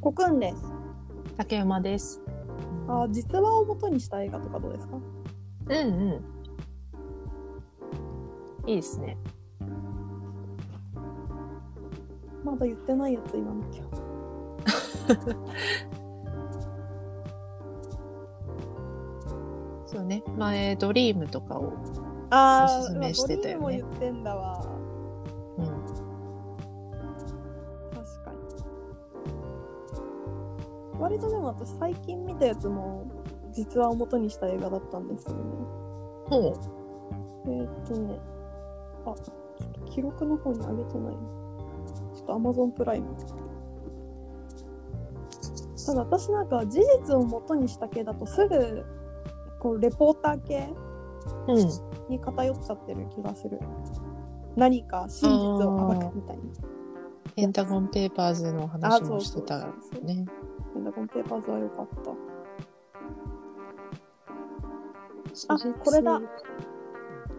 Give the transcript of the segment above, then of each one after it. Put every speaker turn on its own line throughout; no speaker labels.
コクンです。
竹馬です。
あ実話を元にした映画とかどうですか
うんうん。いいですね。
まだ言ってないやつ言わなきゃ。
そうね。前、ドリームとかを。
あ
おすすめしてたよね
まあドリームも言ってんだわ。
うん。
確かに。割とでも私最近見たやつも実話を元にした映画だったんですよね。
ほ
えーっとね、あ、ちょっと記録の方に上げてないなちょっと Amazon プライム。ただ私なんか事実を元にした系だとすぐこうレポーター系
う。うん。
に偏っちゃってる気がする。何か真実を暴くみたいな。
ペンタゴンペーパーズの話もしてた
あそうそうそうそう
ね。
なんだこのペーパーズは良かった。あ
史実
これだ。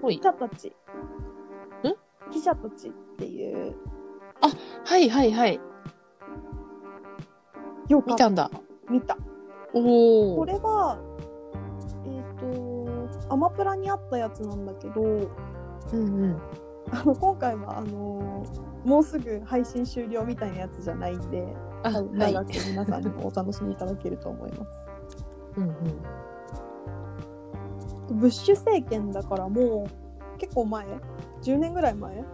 ほい
記。者たち。ん記者たちっていう。
はいはいはい。
よか
見
ったた。
んだ。
見た。
お
こ
お。
れは、えっ、と、アマプラにあったやつなんだけど、
うんうん。
あの今回はあのーもうすぐ配信終了みたいなやつじゃないんで、
あ、
多分
はい。
長く皆さんにもお楽しみいただけると思いま す。
うんうん。
ブッシュ政権だからもう結構前 ?10 年ぐらい前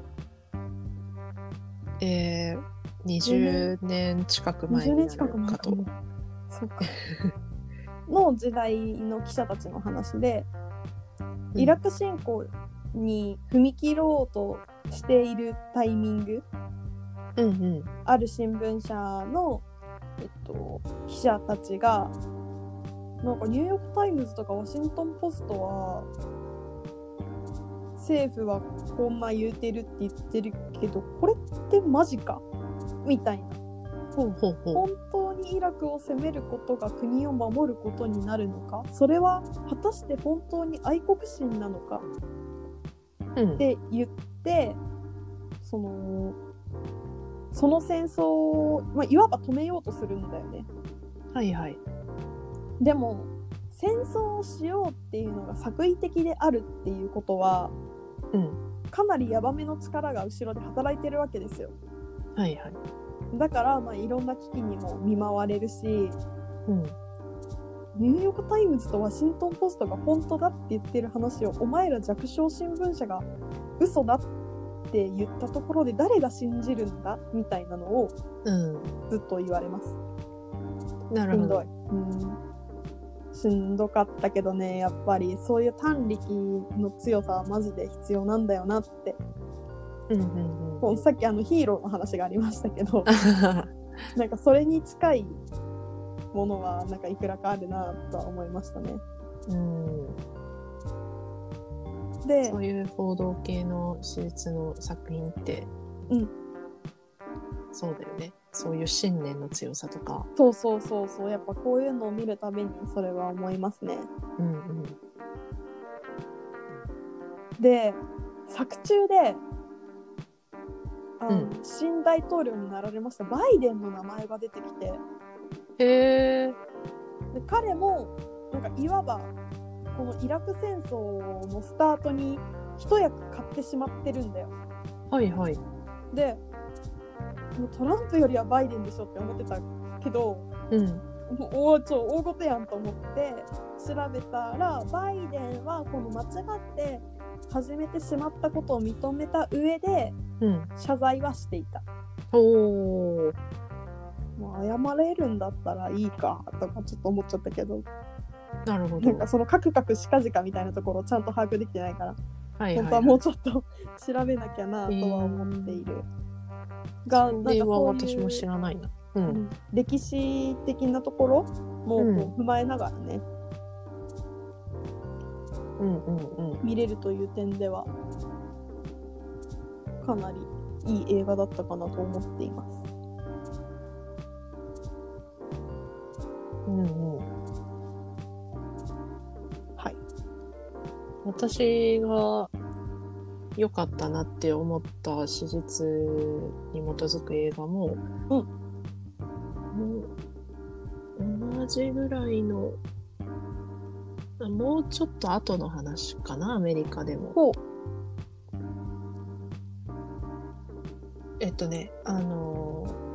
えー、20年近く前
?20
に
年
な
近く
る
前
か
か
と。
も。そうか。の時代の記者たちの話で、
うん
イラク侵攻に踏み切ろうとしているタイミング、
うんうん。
ある新聞社の、えっと、記者たちがなんかニューヨーク・タイムズとかワシントン・ポストは政府はこんな言うてるって言ってるけどこれってマジかみたいな
ほうほうほう。
本当にイラクを攻めることが国を守ることになるのかそれは果たして本当に愛国心なのか
うん
っ。て言ってそのその戦争を、まあ、いわば止めようとするんだよね
はいはい。
でも戦争をしようっていうのが作為的であるっていうことは
うん。
かなりヤバめの力が後ろで働いてるわけですよ
はいはい。
だから、まあ、いろんな危機にも見舞われるし
うん。
ニューヨーク・タイムズとワシントン・ポストが本当だって言ってる話をお前ら弱小新聞社が嘘だって言ったところで誰が信じるんだみたいなのを
う
ずっと言われます。
ん。な
し
るほ
んど
ど
い。。うん、しんどかったけどね、やっぱりそういう短力の強さはマジで必要なんだよなって。
うんうん
こ
う。
うんさっきあのヒーローの話がありましたけど、
あ
なんかそれに近いものはなんかいくらかあるなとは思いましたね。
うん。
で
そ、ういう報道系の史実の作品って、
うん、
そうだよねそういう信念の強さとか、
そうそうそうそう、やっぱこういうのを見るたびにそれは思いますね。
うんうん、
で作中であの、
うん
新大統領になられましたバイデンの名前が出てきて
へえ
で彼もなんかいわばこのイラク戦争のスタートに一役買ってしまってるんだよ。
はいはい
でもうトランプよりはバイデンでしょって思ってたけど
うん
もうおおちょ大ごとやんと思って調べたらバイデンはこの間違って始めてしまったことを認めた上で
うん
謝罪はしていた。
おー
もう謝れるんだったらいいかとかちょっと思っちゃったけど
なるほど
なんかそのカクカクしかじかみたいなところをちゃんと把握できてないから
はい
本
はい
当は
は
いもうちょっと調べなきゃなとは思っている。がなん
こ
か
れは
そう
私
い
も知
う
らないなうん
歴史的なところも
うん
こう踏まえながらね、
うんうんうん
見れるという点ではかなりいい映画だったかなと思っています。
うんうん
はい、
私が良かったなって思った史実に基づく映画も、
う
もう同じぐらいのあもうちょっと後の話かなアメリカでも
ほう
えっとねあのー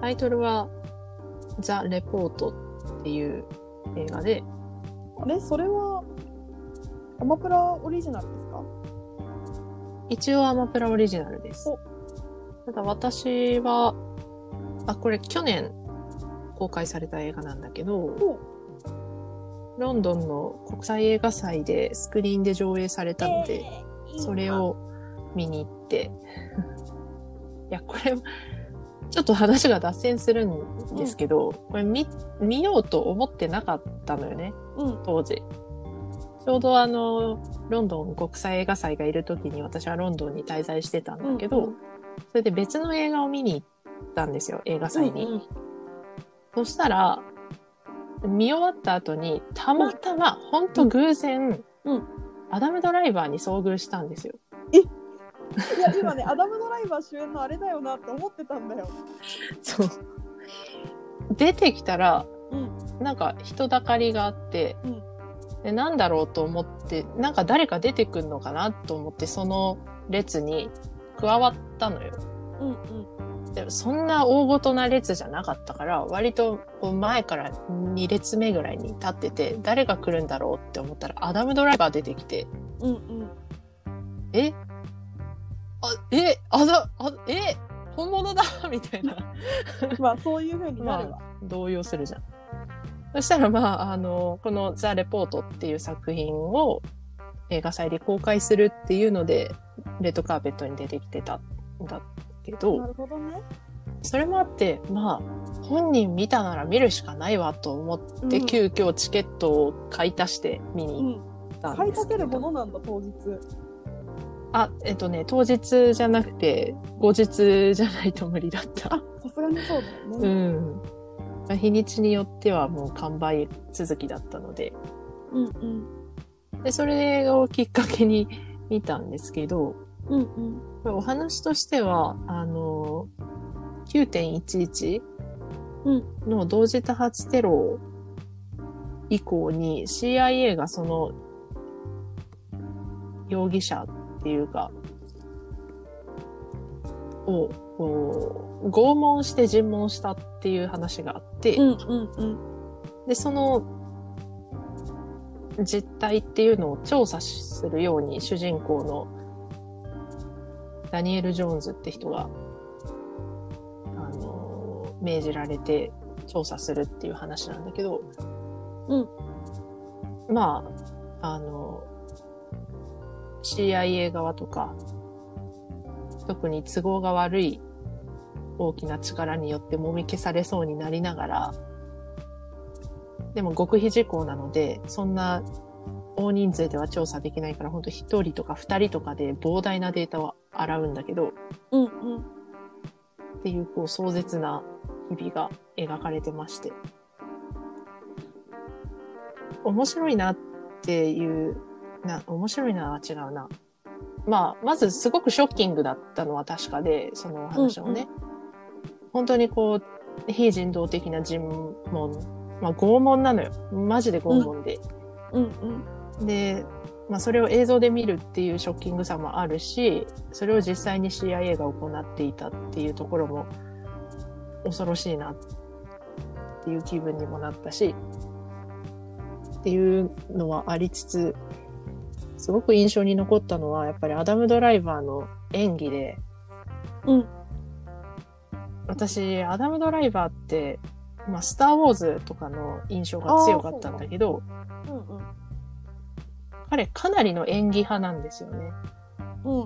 タイトルは「ザ・レポート」っていう映画で
あれそれはアマプラオリジナルですか
一応アマプラオリジナルです
お。
ただ私は、あ、これ去年公開された映画なんだけど、
ほう
ロンドンの国際映画祭でスクリーンで上映されたので、それを見に行って。 いや、これ、ちょっと話が脱線するんですけど、これ見、見ようと思ってなかったのよね。
うん
当時。ちょうどあの、ロンドン国際映画祭がいる時に私はロンドンに滞在してたんだけど、
うんうん
それで別の映画を見に行ったんですよ、映画祭に。
うんうん
そしたら、見終わった後に、たまたま、ほんと偶然、
うん
アダム・ドライバーに遭遇したんですよ。
いや今ねアダム・ドライバー主演のあれだよなって思ってたんだよ
そう。出てきたら、
うん
なんか人だかりがあって、
うん
で、なんだろうと思って、なんか誰か出てくんのかなと思って、その列に加わったのよ。
うんうん
でもそんな大ごとな列じゃなかったから、割とこう前から2列目ぐらいに立ってて、誰が来るんだろうって思ったら、アダムドライバー出てきて、
うんうん
えあ、えあだ、あ、え本物だみたいな。
まあそういう風になるわ、
まあ、動揺するじゃん。そしたら、まあ、あの、このザ・レポートっていう作品を映画祭で公開するっていうので、レッドカーペットに出てきてたんだけ
な
ど、
るほどね
それもあって、まあ、本人見たなら見るしかないわと思っ
うん
て、急遽チケットを買い足して見
う
に
ん
行ったん
買い
です
立
け
て
ど。
るものなんだ当日
あ、えっとね、当日じゃなくて、後日じゃないと無理だった。
さすがにそうだよ
う
ね、
ん。日にちによってはもう完売続きだったので、
うん、うん
で、それをきっかけに見たんですけど、
うんうん
これお話としては、あの、9.11
うん
の同時多発テロ以降に CIA がその容疑者っていうか、をこう拷問して尋問したっていう話があって、
うんうんうん
で、その実態っていうのを調査するように主人公のダニエル・ジョーンズって人が、あの、命じられて調査するっていう話なんだけど、
うん。
まあ、あの、CIA 側とか、特に都合が悪い大きな力によってもみ消されそうになりながら、でも極秘事項なので、そんな大人数では調査できないから、本当一人とか二人とかで膨大なデータを洗うんだけど、
うんうん
っていうこう壮絶な日々が描かれてまして。面白いなっていう、な、面白いなは違うな。まあ、まずすごくショッキングだったのは確かで、そのお話をね。本当にこう、非人道的な尋問。まあ、拷問なのよ。マジで拷問で。
うんうん
で、まあ、それを映像で見るっていうショッキングさもあるしそれを実際に CIA が行っていたっていうところも恐ろしいなっていう気分にもなったしっていうのはありつつすごく印象に残ったのはやっぱりアダム・ドライバーの演技で、
うん
私アダム・ドライバーって「まあ、スター・ウォーズ」とかの印象が強かったんだけど
うんうん
彼かなりの演技派なんですよね。
う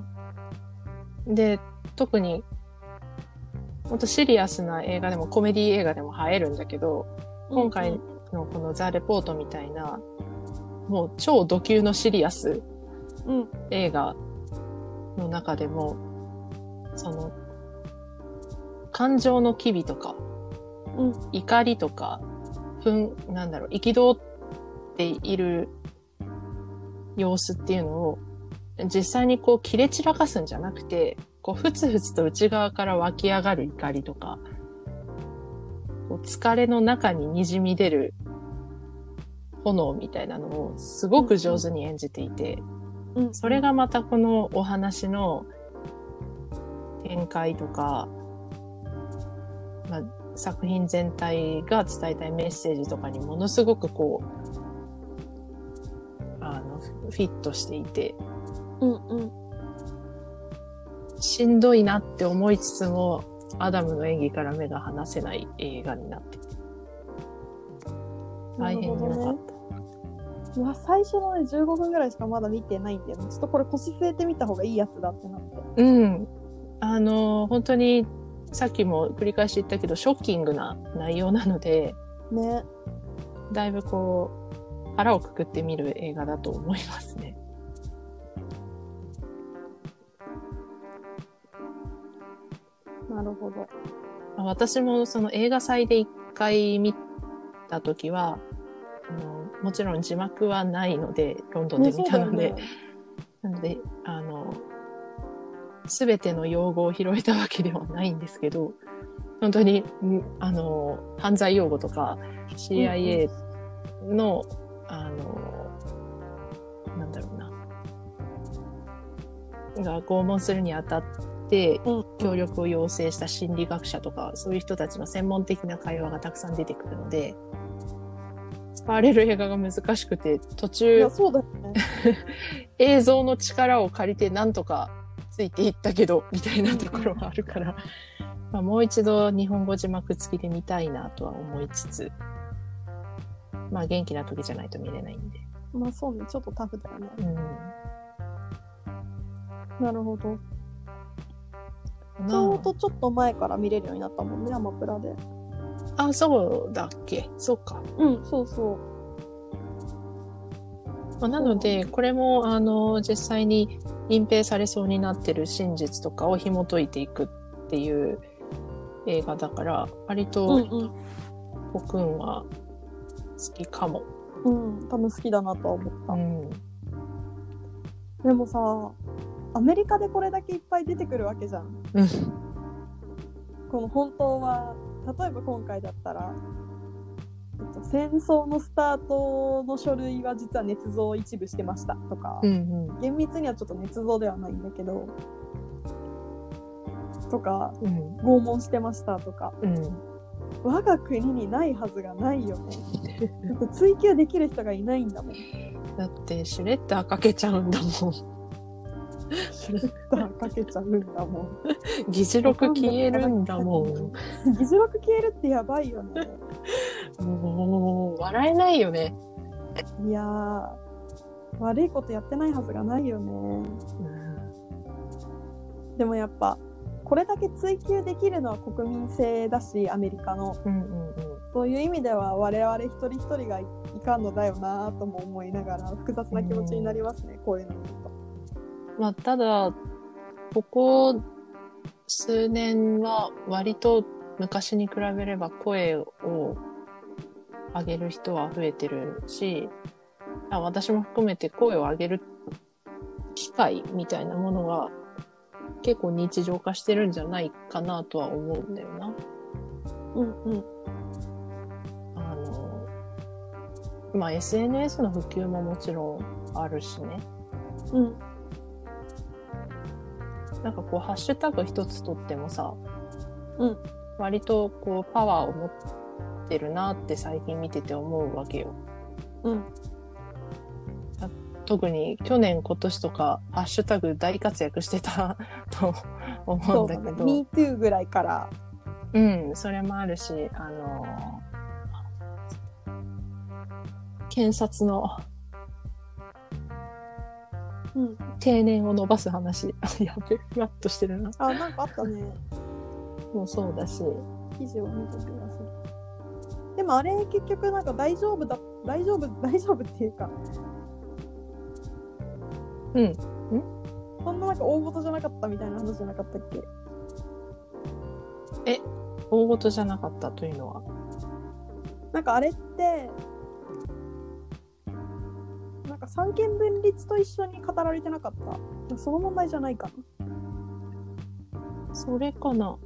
ん
で、特に、ほんとシリアスな映画でもコメディ映画でも映えるんだけど、今回のこのザ・レポートみたいな、もう超ド級のシリアス
うん
映画の中でも、その、感情の機微とか、
うん
怒りとか、ふん、なんだろう、憤っている様子っていうのを、実際にこう、切れ散らかすんじゃなくて、こう、ふつふつと内側から湧き上がる怒りとか、う疲れの中ににじみ出る炎みたいなのをすごく上手に演じていて、
うん
それがまたこのお話の展開とか、まあ、作品全体が伝えたいメッセージとかにものすごくこう、あの、フィットしていて、
うんうん
しんどいなって思いつつも、アダムの演技から目が離せない映画になっていて、
な
大
る
変
ほ
に良か
ど
っ
ねうわ最初のね15分ぐらいしかまだ見てないんだよねちょっとこれ腰据えてみた方がいいやつだってなって
た。うん。あの、本当に、さっきも繰り返し言ったけど、ショッキングな内容なので、
ね
だいぶこう、腹をくくって見る映画だと思いますね。
なるほど
私もその映画祭で一回見たときは、あのもちろん字幕はないので、ロンドンで見たので、
ね
なので、あの、すべての用語を拾えたわけではないんですけど、本当に、んあの、犯罪用語とか、CIA の、あの、なんだろうな、が拷問するにあたって、
うん
協力を要請した心理学者とか、そういう人たちの専門的な会話がたくさん出てくるので、使われる映画が難しくて、途
い
中
や、そうだよね
映像の力を借りてなんとかついていったけどみたいなところはあ るから、まあ、もう一度日本語字幕付きで見たいなとは思いつつまあ元気な時じゃないと見れないんで、
まあそうねちょっとタフだよね
うん、
なるほどちょう
ま
どちょっと前から見れるようになったもんねアマプラで
ああそうだっけそうか、
うんそうそう
まあ、なのでこれもあの実際に隠蔽されそうになってる真実とかを紐解いていくっていう映画だから割
う
と
ん
コくんは好きかも。
うん、うん、多分好きだなとは思った、
うん
でもさアメリカでこれだけいっぱい出てくるわけじゃん
うん
この本当は例えば今回だったら、えっと、戦争のスタートの書類は実は捏造を一部してましたとか、
うんうん
厳密にはちょっと捏造ではないんだけどとか
うん
拷問してましたとか
うん
我が国にないはずがないよねだって追求できる人がいないんだもん
だってシュレッダーかけちゃうんだもん
だからかけちゃうんだもん
議事録消えるんだもん
議事録消えるってやばいよね
もう笑えないよね
いやー悪いことやってないはずがないよねでもやっぱこれだけ追求できるのは国民性だしアメリカの
うんうん
そういう意味では我々一人一人がいかんのだよなとも思いながら複雑な気持ちになりますね、こういうの見ると。
まあただここ数年は割と昔に比べれば声を上げる人は増えてるしあ私も含めて声を上げる機会みたいなものが結構日常化してるんじゃないかなとは思うんだよな。
うんうん
あの、まあ、SNS の普及ももちろんあるしね。
うん
なんかこう、ハッシュタグ一つとってもさ、
うん
割とこう、パワーを持ってるなって最近見てて思うわけよ。
うん
特に去年今年とか、ハッシュタグ大活躍してた と思
そううん
だ
だね
けど。
MeToo ぐらいから
うん、それもあるし、あの、検察の
うん
定年を延ばす話。 あやべ、ふわっとしてるな。
あなんかあったね
もうそうだし。
記事を見てくださいでもあれ結局なんか大丈夫だ大丈夫大丈夫っていうか
うん。
そんななんか大事じゃなかったみたいな話じゃなかったっけ
大事じゃなかったというのは。
なんかあれってなんか三権分立と一緒に語られてなかったその問題じゃないか
それかな。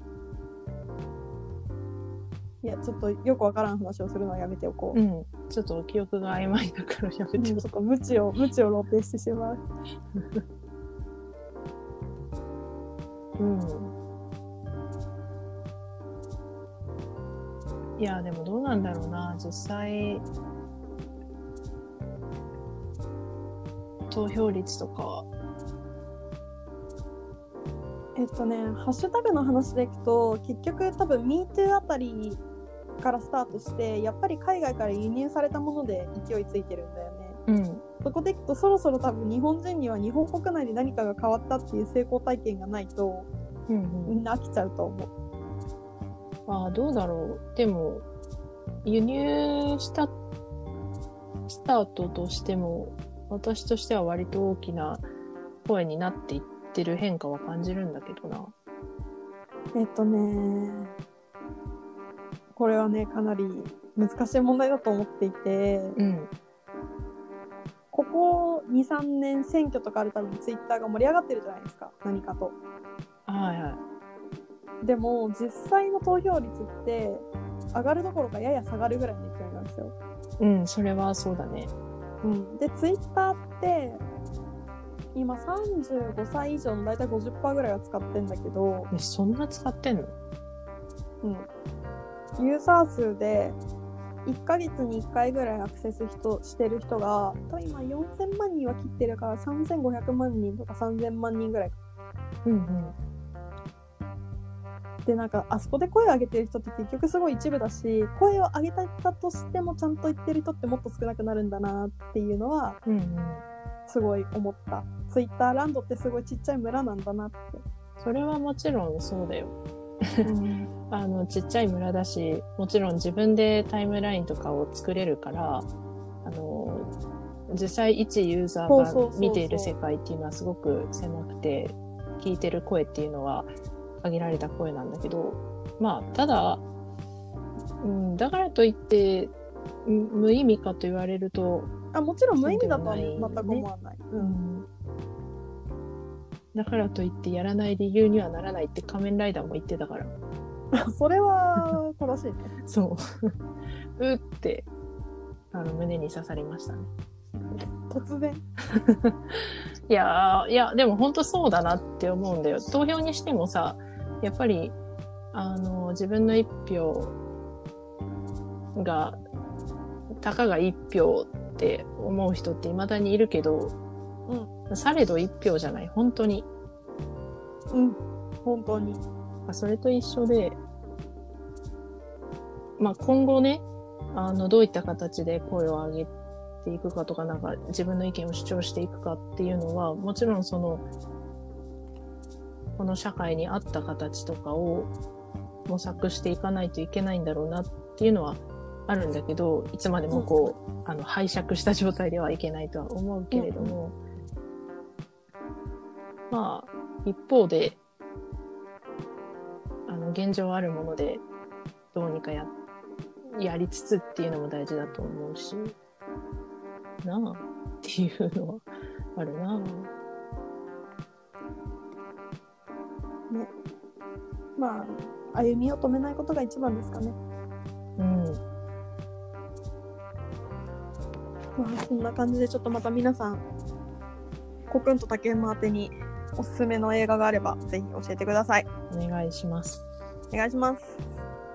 いやちょっとよくわからん話をするのはやめておこう、
うん、ちょっと記憶が曖昧だからやめて
ちょっ
ほしい
と無知を無知を露呈してしまう
うん。いや、でもどうなんだろうな、実際、投票率とか、
えっとねハッシュタグの話でいくと結局多分 MeToo あたりからスタートしてやっぱり海外から輸入されたもので勢いついてるんだよね
うん、
そこでいくとそろそろ多分日本人には日本国内で何かが変わったっていう成功体験がないと
うん、う
みんな飽きちゃうと思う
ああ、どうだろう。でも、輸入した、スタートとしても、私としては割と大きな声になっていってる変化は感じるんだけどな。
えっとねこれはねかなり難しい問題だと思っていて
うん、
ここ23年選挙とかあるたびにツイッターが盛り上がってるじゃないですか何かと
はいはい。
でも実際の投票率って上がるどころかやや下がるぐらいの勢いなんですよ。
うん、それはそうだね。
うん、でツイッターって今35歳以上の大体50%ぐらいは使ってんだけど、
ねそんな使ってんの
うん、ユーザー数で1ヶ月に1回ぐらいアクセス人してる人がと今4000万人は切ってるから3500万人とか3000万人ぐらい
うんうん。
でなんかあそこで声を上げてる人って結局すごい一部だし声を上げたとしてもちゃんと言ってる人ってもっと少なくなるんだなっていうのは
うんうん。
すごい思ったツイッターランドってすごいちっちゃい村なんだなっ
それはもちろんそうだよ。
て、
あの、ちっちゃい村だし、もちろん自分でタイムラインとかを作れるから、あの、実際一ユーザ
そうそうそう
ー
そ
が
う
見ている世界っていうのはすごく狭くて、聞いてる声っていうのは限られた声なんだけど、まあ、ただ、うん、だからといって、うん無意味かと言われると、
あもちろん無意味だとは
そうで
全
もないよね
く思わない、うん、
だからといってやらない理由にはならないって仮面ライダーも言ってたから
それは正しいね
そううってあの胸に刺さりましたね
突然
いやーいやでも本当そうだなって思うんだよ投票にしてもさやっぱりあの自分の一票がたかが一票って思う人って未だにいるけど、されど一票じゃない本当に
うん本当に
まあそれと一緒で、まあ、今後ねあのどういった形で声を上げていくかとかなんか自分の意見を主張していくかっていうのはもちろんそのこの社会に合った形とかを模索していかないといけないんだろうなっていうのはあるんだけどいつまでもこう、あの拝借した状態ではいけないとは思うけれども、まあ一方であの現状あるものでどうにかややりつつっていうのも大事だと思うしなあっていうのはあるなあ
まあ歩みを止めないことが一番ですかね
うん
まあそんな感じでちょっとまた皆さんコクンと竹馬宛てにおすすめの映画があればぜひ教えてください
お願いします
お願いします